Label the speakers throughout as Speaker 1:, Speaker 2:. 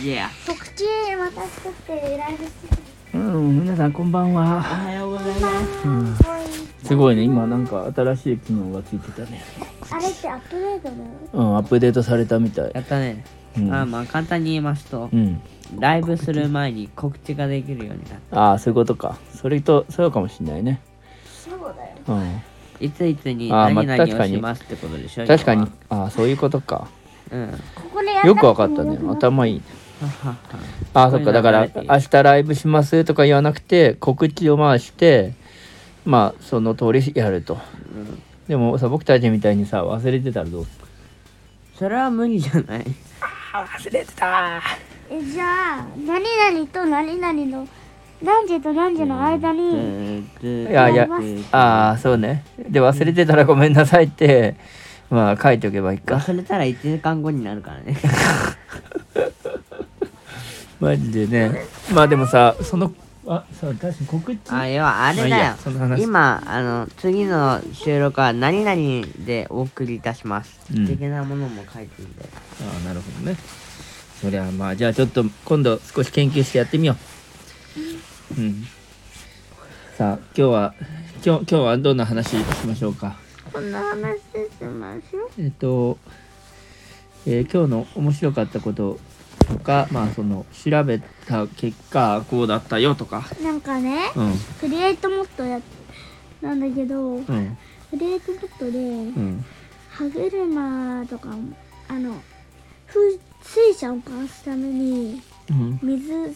Speaker 1: Yeah.
Speaker 2: 特注また作ってライブして
Speaker 3: うん、皆さんこんばん
Speaker 1: お
Speaker 3: は。
Speaker 1: はようございます。
Speaker 3: うん
Speaker 2: たす
Speaker 3: すごいね、今なんか新しい機能がついてたね。
Speaker 2: ごいあれってアップデートだよ
Speaker 3: うん、アップデートされたみたい
Speaker 1: や。ったね。
Speaker 3: うん
Speaker 1: まあまあ簡単に言いますと
Speaker 3: う、ん。
Speaker 1: ライブする前に告知ができるようになっ
Speaker 3: ああ、そういうことか。それと、そうかもしんないね。
Speaker 2: そうだよ
Speaker 3: うん。
Speaker 1: た。いついつに
Speaker 3: あーまあ
Speaker 1: 何
Speaker 3: 確
Speaker 1: 々
Speaker 3: か
Speaker 1: を
Speaker 3: に
Speaker 1: しますってことでしょ
Speaker 3: 確かに
Speaker 1: 要は。
Speaker 3: ああ、そういうことか。
Speaker 1: うん。は
Speaker 2: ここでやら
Speaker 3: よ
Speaker 2: な
Speaker 3: くわ
Speaker 2: く
Speaker 3: かってた
Speaker 2: も
Speaker 3: ね
Speaker 2: よく。なった
Speaker 3: 頭いいね。
Speaker 1: はは。
Speaker 3: ああ、そっか。だから、明日ライブしますとか言わなくて、告知を回して、まあ、その通りやると。
Speaker 1: うん
Speaker 3: でもさ、僕たちみたいにさ、忘れてたらどうする
Speaker 1: それは無理じゃない。
Speaker 3: 忘れてた
Speaker 2: えじゃあ何々と何々の何時と何時の間に、
Speaker 3: いやいや
Speaker 2: 思いま、
Speaker 3: ああ、そうね。で、忘れてたらごめんなさいって、まあ、書いておけばいいか。
Speaker 1: 忘れたら1時間後になるからね。
Speaker 3: マジでね。まあでもさ、その、あ、そう、確かに告知。
Speaker 1: あ、要はあれ
Speaker 3: まあいい
Speaker 1: だよ
Speaker 3: やその。話
Speaker 1: 今、あの、次の収録は何々でお送りいたします。
Speaker 3: うん
Speaker 1: 的なものも書いていいんだよ。
Speaker 3: あなるほどね。そりゃ、まあ、じゃあちょっと、今度少し研究してやってみよう。うん。さあ、今日は、今日、今日はどんな話しましょうか。
Speaker 2: こんな話しましょう
Speaker 3: えっと、えー今日の面白かったこととか、まあ、その、調べた結果、こうだったよとか。
Speaker 2: なんかね
Speaker 3: うん。
Speaker 2: クリエイトモッドやなんだけど
Speaker 3: うん。
Speaker 2: クリエイトモッドで、
Speaker 3: うん。
Speaker 2: 歯車とかもあの風水車を回すために
Speaker 3: うん。
Speaker 2: 水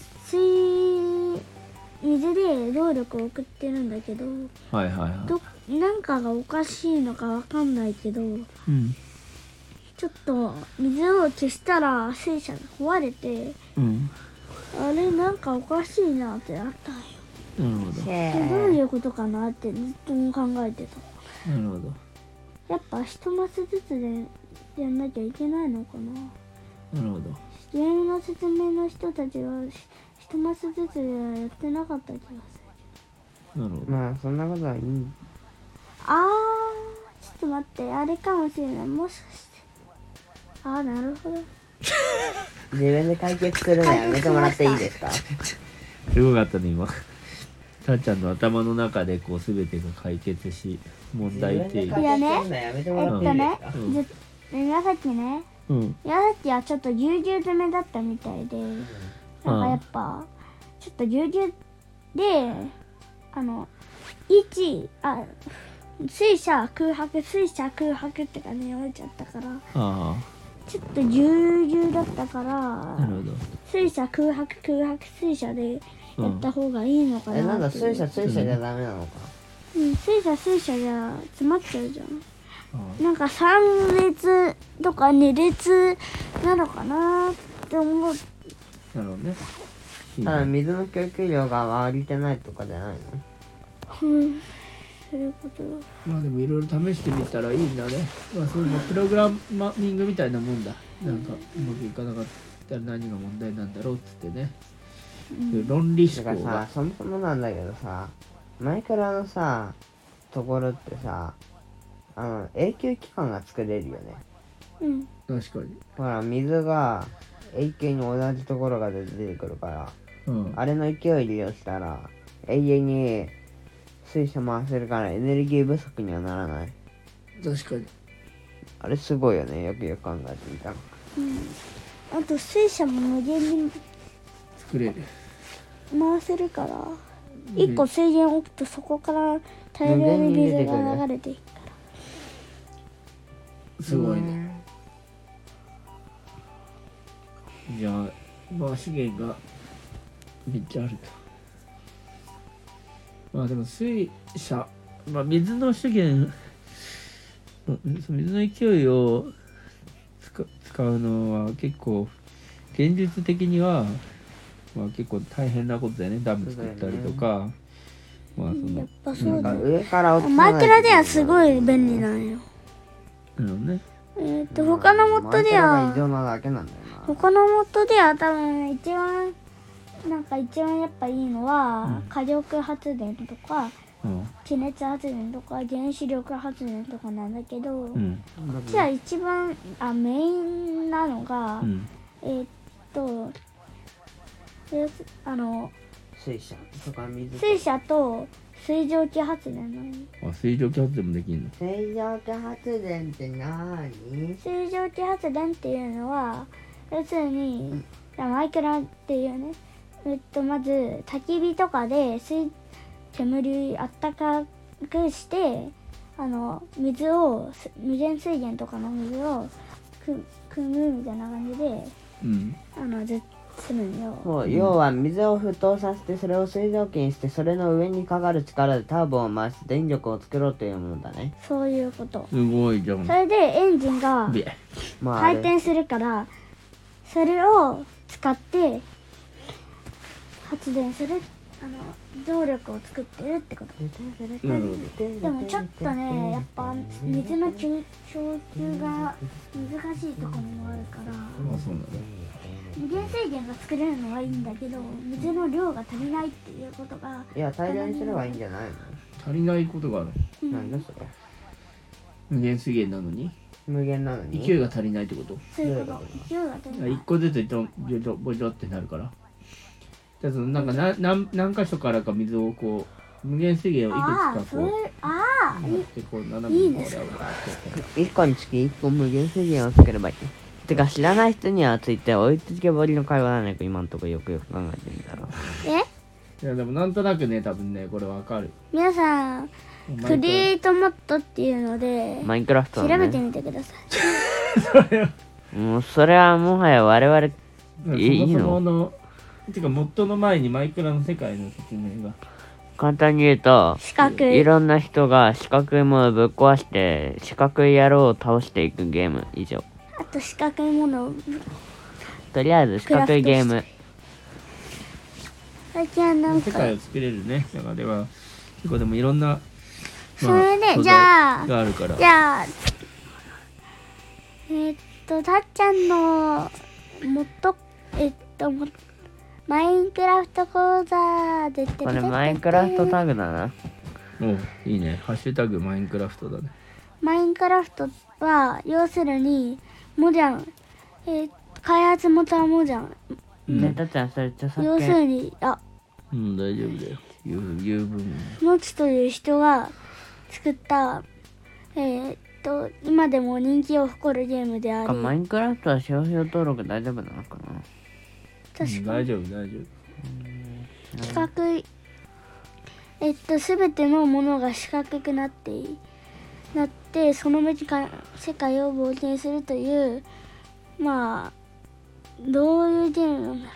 Speaker 2: 水水で動力を送ってるんだけど
Speaker 3: はいはいはい。
Speaker 2: どなんかがおかしいのかわかんないけど
Speaker 3: うん。
Speaker 2: ちょっと水を消したら水車が壊れて
Speaker 3: うん。
Speaker 2: あれなんかおかしいなってなったんよ
Speaker 3: なるほど。
Speaker 2: でどういうことかなってずっと考えてた
Speaker 3: なるほど。
Speaker 2: やっぱ一マスずつでやんなきゃいけないのかな
Speaker 3: なるほど。
Speaker 2: ゲームの説明の人たちはし一マスずつではやってなかった気がする
Speaker 3: なるほど。
Speaker 1: まあ、そんなことはいい。
Speaker 2: あーちょっと待ってあれかもしれないもしかしてあーなるほど
Speaker 1: 自分で解決するのやめてもらっていいですか
Speaker 3: すごかったね、今。たっちゃんの頭の中でこう全てが解決し、問題点。
Speaker 2: 解
Speaker 1: やめて
Speaker 2: えっ
Speaker 1: もら
Speaker 2: と
Speaker 1: っていいで
Speaker 2: ね
Speaker 1: すか、
Speaker 3: うん
Speaker 2: じゃ宮崎ね
Speaker 3: うん。
Speaker 2: 宮崎はちょっとぎゅうぎゅう詰めだったみたいでなんかやっぱちょっとぎゅうぎゅうであの1あ水車空白水車空白って感じに置いちゃったから
Speaker 3: あ
Speaker 2: ちょっとぎゅうぎゅうだったから
Speaker 3: あ、なるほど。
Speaker 2: 水車空白空白水車でやった方がいいのか
Speaker 1: え、なんだ、
Speaker 2: なっていう
Speaker 1: 水車、水車じゃダメなのか。
Speaker 2: うん、水車水車じゃ詰まっちゃうじゃん
Speaker 3: あ
Speaker 2: なんか3列とか2列なのかなって思う
Speaker 3: あなるほどね。いい
Speaker 1: ただ、
Speaker 3: ね
Speaker 1: 水の供給量が上りてないとかじゃないの
Speaker 2: うんそういうこと
Speaker 3: まあでもいろいろ試してみたらいいんだね。まあそういうのプログラミングみたいなもんだ。なんかうまくいかなかったら何が問題なんだろうっつってね。そういう論理
Speaker 1: て
Speaker 3: 思
Speaker 1: か
Speaker 3: 考
Speaker 1: さ
Speaker 3: が。、
Speaker 1: そもそもなんだけどさ、マイクラのさ、ところってさ、あの、永久期間が作れるよね。
Speaker 2: うん
Speaker 3: 確かに。
Speaker 1: ほら、水が永久に同じところが出てくるから、
Speaker 3: うん。
Speaker 1: あれの勢い利用したら、永遠に水車回せるからエネルギー不足にはならない。
Speaker 3: 確かに。
Speaker 1: あれすごいよね、よくよく考えてみたら。
Speaker 2: あと水車も無限に
Speaker 3: 作れる。
Speaker 2: 回せるから1個水源置くとそこから大量に水が流れていく
Speaker 3: すごいね。じゃあ、まあ資源がめっちゃあると。まあでも水車、まあ水の資源、うん水の勢いを使使うのは結構、現実的には、まあ結構大変なことだよね。ダム作ったりとか、まあ
Speaker 2: やっ
Speaker 3: その、
Speaker 2: ぱそうだ
Speaker 1: あ
Speaker 2: よ
Speaker 1: 上から落ち
Speaker 2: マイクラではすごい便利なんよ
Speaker 3: あのね、
Speaker 2: えーっと他のモッドでは
Speaker 1: マイクラが異常なだけなんだよな。
Speaker 2: 他のモッドでは多分一番なんか一番やっぱいいのは、火力発電とか
Speaker 3: うん、
Speaker 2: 地熱発電とか原子力発電とかなんだけど、
Speaker 3: う
Speaker 2: こ
Speaker 3: ん、
Speaker 2: っちは一番あメインなのが、
Speaker 3: うん、
Speaker 2: えーっとであの
Speaker 1: 水車とか水とか
Speaker 2: 水車と水蒸気発電なのに
Speaker 3: あ水蒸気発電もできるの
Speaker 1: 水蒸気発電ってなーに
Speaker 2: 水蒸気発電っていうのは要するにマイクラっていうねえっとまず焚き火とかで水煙あったかくしてあの水をす無限水源とかの水をく汲むみたいな感じで
Speaker 3: うん
Speaker 2: あのずするんよ
Speaker 1: そう要は水を沸騰させてそれを水蒸気にしてそれの上にかかる力でターボを回して電力を作ろうというものだね
Speaker 2: そういうこと
Speaker 3: すごいじゃん
Speaker 2: それでエンジンが
Speaker 3: べ
Speaker 1: まああ
Speaker 2: 回
Speaker 1: れ
Speaker 2: 転するからそれを使って発電するあの動力を作ってるってこと
Speaker 3: なるほど
Speaker 2: でもちょっとねやっぱ水の供供給が難しいところもあるから
Speaker 3: あそうなの
Speaker 2: 無限制限が作れるのはいいんだけど水の量が足りないっていうことが
Speaker 1: いや大量にすればいいんじゃないの、
Speaker 3: 足りないことがある
Speaker 2: うん
Speaker 1: なんだそれ
Speaker 3: 無限水源なのに
Speaker 1: 無限なのに
Speaker 3: 勢いが足りないってこと
Speaker 2: そういうこと勢いが足りない
Speaker 3: 一個ずつちょちょちょぼちょってなるからじゃあそのなんかな何何箇所からか水をこう無限水源を
Speaker 2: ああ
Speaker 3: いくつか
Speaker 2: そう
Speaker 3: こ
Speaker 2: いうああ
Speaker 3: う持ってこう斜
Speaker 2: い
Speaker 3: め
Speaker 2: い
Speaker 3: にこ
Speaker 2: ね
Speaker 3: うやろうなって
Speaker 1: 1個につき1個無限制限をつければいいてか知らない人にはついて追いつけぼりの会話だね今んとこよくよく考えてみたら
Speaker 2: え
Speaker 3: いやでもなんとなくね多分ねこれわかる
Speaker 2: 皆さんク
Speaker 3: 毎
Speaker 2: リ
Speaker 3: 回
Speaker 2: エイトモッドっていうので
Speaker 1: マインクラフト
Speaker 2: 調
Speaker 1: の、ね、
Speaker 2: べてみてください
Speaker 1: もうそれはもはや我々
Speaker 3: うん
Speaker 1: いいの
Speaker 3: そもそものてかモッドの前にマイクラの世界の説明が
Speaker 1: 簡単に言うと
Speaker 2: 四角
Speaker 1: い
Speaker 2: い
Speaker 1: ろんな人が四角いものをぶっ壊して四角い野郎を倒していくゲーム以上
Speaker 2: あと四角いものを
Speaker 1: とりあえず四角いゲーム
Speaker 2: 最近はなん
Speaker 3: 世
Speaker 2: か
Speaker 3: 界を作れるねだからでは結構でもいろんな、まあ
Speaker 2: それで
Speaker 3: 素材
Speaker 2: じゃあ
Speaker 3: があるから
Speaker 2: じゃあえーっとたっちゃんのもっとえっともマインクラフト講座で
Speaker 1: これマインクラフトタグだな
Speaker 3: おういいね「ハッシュタグマインクラフト」だね
Speaker 2: マインクラフトは要するにモジャン、えー開発元はモジャン
Speaker 3: うん
Speaker 1: ねたちゃんそれ著作
Speaker 2: 要する
Speaker 1: 権
Speaker 2: にあ
Speaker 3: うん、大丈夫だよ。言う言う分。
Speaker 2: モチという人が作ったえーっと今でも人気を誇るゲームであり
Speaker 1: かマインクラフトは商標登録大丈夫なのかな
Speaker 2: 確か
Speaker 3: 大丈夫、大丈夫。
Speaker 2: 四角いえっと全てのものが四角くなっていなってその目から世界を冒険するというまあどういうゲームなんだろ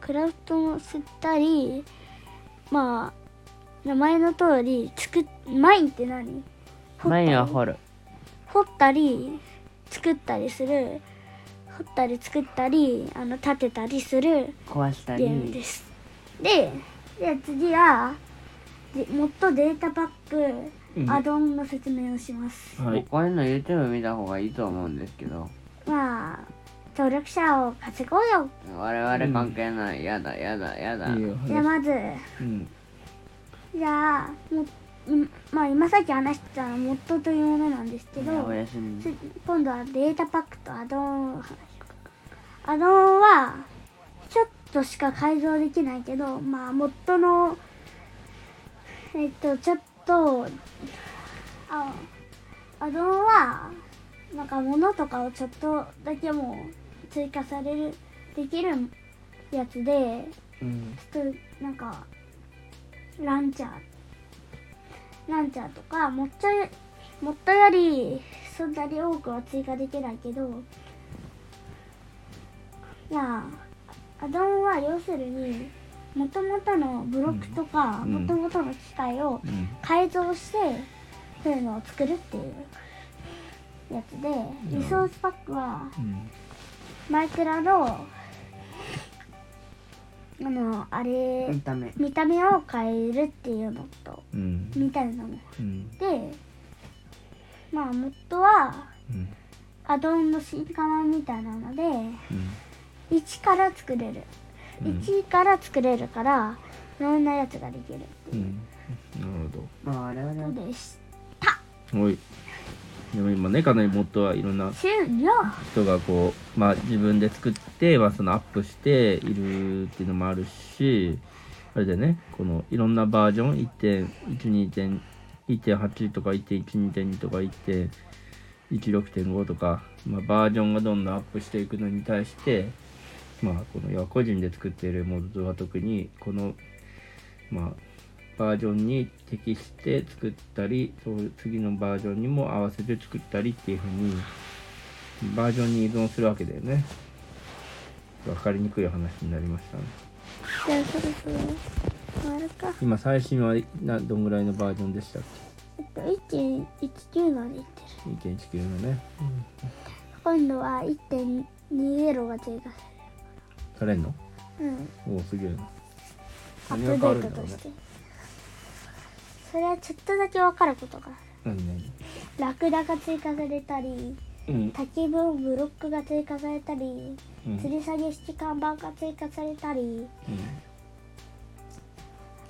Speaker 2: うクラフトも吸ったりまあ名前の通り作っマインって何掘った
Speaker 1: マ
Speaker 2: り
Speaker 1: インは掘る
Speaker 2: 掘ったり作ったりする掘ったり作ったりあの立てたりする
Speaker 1: 壊した
Speaker 2: ゲーム
Speaker 1: り
Speaker 2: です。で、で次は、でもっとデータパック、
Speaker 3: うん
Speaker 2: アドオンの説明をします。
Speaker 3: はい。
Speaker 1: こういうの YouTube 見た方がいいと思うんですけど
Speaker 2: まあ、登録者を稼ごうよ。
Speaker 1: 我々関係ない、やだやだやだ
Speaker 3: いいよ。
Speaker 2: じゃあ
Speaker 3: 話
Speaker 2: まず、
Speaker 3: うん。
Speaker 2: じゃあ、もうんまあ今さっき話してたモッドというものなんですけ
Speaker 1: いや
Speaker 2: ど
Speaker 1: お、やすみ
Speaker 2: つ今度はデータパックとアドオンを話しますアドオンは、ちょっとしか改造できないけど、まあ、モッドの、えっと、ちょっと、あ、アドオンは、なんか物とかをちょっとだけもう追加される、できるやつで、
Speaker 3: うん。
Speaker 2: ちょっとなんかランチャーランチャーとかもっとよもっとよりそんなに多くは追加できないけどまあアドオンは要するにもともとのブロックとか
Speaker 3: うん
Speaker 2: もともとの機械を
Speaker 3: うん。
Speaker 2: 改造してそういうのを作るっていうやつでリソースパックは
Speaker 3: うん。
Speaker 2: マイクラのあのあれ
Speaker 1: エンタメ
Speaker 2: 見た目を変えるっていうのと
Speaker 3: うん。
Speaker 2: みたいなの
Speaker 3: うん。
Speaker 2: でまあモッドは
Speaker 3: うん。
Speaker 2: アドオンの進化版みたいなので
Speaker 3: うん。
Speaker 2: 1から作れる
Speaker 3: うん
Speaker 2: 1から作れるからいろんなやつができる
Speaker 3: うん。なるほ
Speaker 1: まあ我々は
Speaker 2: のでし
Speaker 3: ど。はい。でも今ねかなりもっとはいろんな
Speaker 2: 終了
Speaker 3: 人がこう、まあ、自分で作って、まあ、そのアップしているっていうのもあるしあれでねこのいろんなバージョン1.12.1.8 1.8とか1.12.2とか1.16.5とか、まあ、バージョンがどんどんアップしていくのに対して、まあ、この要は個人で作っているモッドは特にこの、まあ、バージョンに適して作ったりそう次のバージョンにも合わせて作ったりっていうふうにバージョンに依存するわけだよね分かりにくい話になりましたね
Speaker 2: じゃあそろそろ終わるか
Speaker 3: 今最新はなどんぐらいのバージョンでしたっ
Speaker 2: えっと1.19までいってる
Speaker 3: け1.19のね
Speaker 2: 今度は1.20が追加さ
Speaker 3: されんの
Speaker 2: れるうん
Speaker 3: おおすげえな
Speaker 2: アップデートとしてそれはちょっとだけ分かることがある
Speaker 3: 何何
Speaker 2: ラクダが追加されたり
Speaker 3: うん
Speaker 2: 滝分ブロックが追加されたり
Speaker 3: うん
Speaker 2: 吊り下げ式看板が追加されたり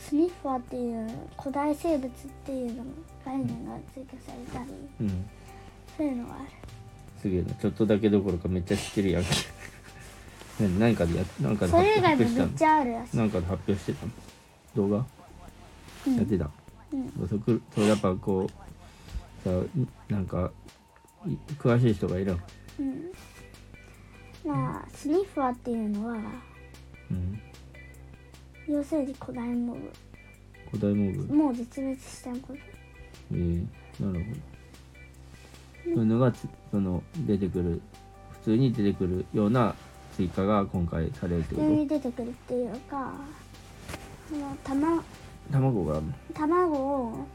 Speaker 2: スニッファーっていう古代生物っていうの概念が追加されたり
Speaker 3: うん、うん、
Speaker 2: そういうのがある
Speaker 3: すげえなちょっとだけどころかめっちゃ知ってるやんけ 何何かでや何かで
Speaker 2: それ以
Speaker 3: 発
Speaker 2: 外
Speaker 3: 表
Speaker 2: も
Speaker 3: し
Speaker 2: め
Speaker 3: た
Speaker 2: っ
Speaker 3: の
Speaker 2: ちゃあるらしい
Speaker 3: 何かで発表してたの動画
Speaker 2: うん
Speaker 3: やってた、
Speaker 2: うん
Speaker 3: そくそうやっぱこうさなんかい詳しい人がいるの
Speaker 2: うんまあスニッファーっていうのは
Speaker 3: うん
Speaker 2: 要するに古代モブ
Speaker 3: 古代モブ
Speaker 2: もう絶滅したこと
Speaker 3: えー、なるほどそういうのがつその出てくる普通に出てくるような追加が今回されるってこ
Speaker 2: 急に出てくるっていうかその卵
Speaker 3: と卵があるの
Speaker 2: 卵を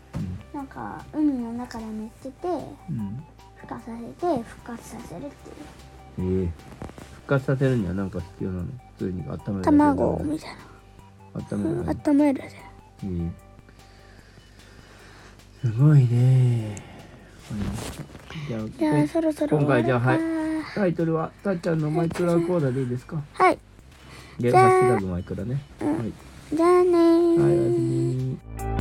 Speaker 2: なんか海の中で見つけて
Speaker 3: うん、
Speaker 2: 孵化させて復活させるっていう
Speaker 3: うん、えー、復活させるには何か必要なの普通に温めるだけで
Speaker 2: 卵みたい
Speaker 3: 温める
Speaker 2: な
Speaker 3: だけ
Speaker 2: 温めるです
Speaker 3: ごいねわかりました
Speaker 2: じ
Speaker 3: じ
Speaker 2: ゃ
Speaker 3: ゃ
Speaker 2: あ
Speaker 3: あ
Speaker 2: そろそろ
Speaker 3: 今回じゃあはい
Speaker 2: い
Speaker 3: タイトルはたっちゃんのマイクラコーダーでいいですか
Speaker 2: はい
Speaker 3: で、
Speaker 2: じゃあ
Speaker 3: ハッシュタグマイクラね。はい。
Speaker 2: じゃあねー
Speaker 3: はい、おやすみ。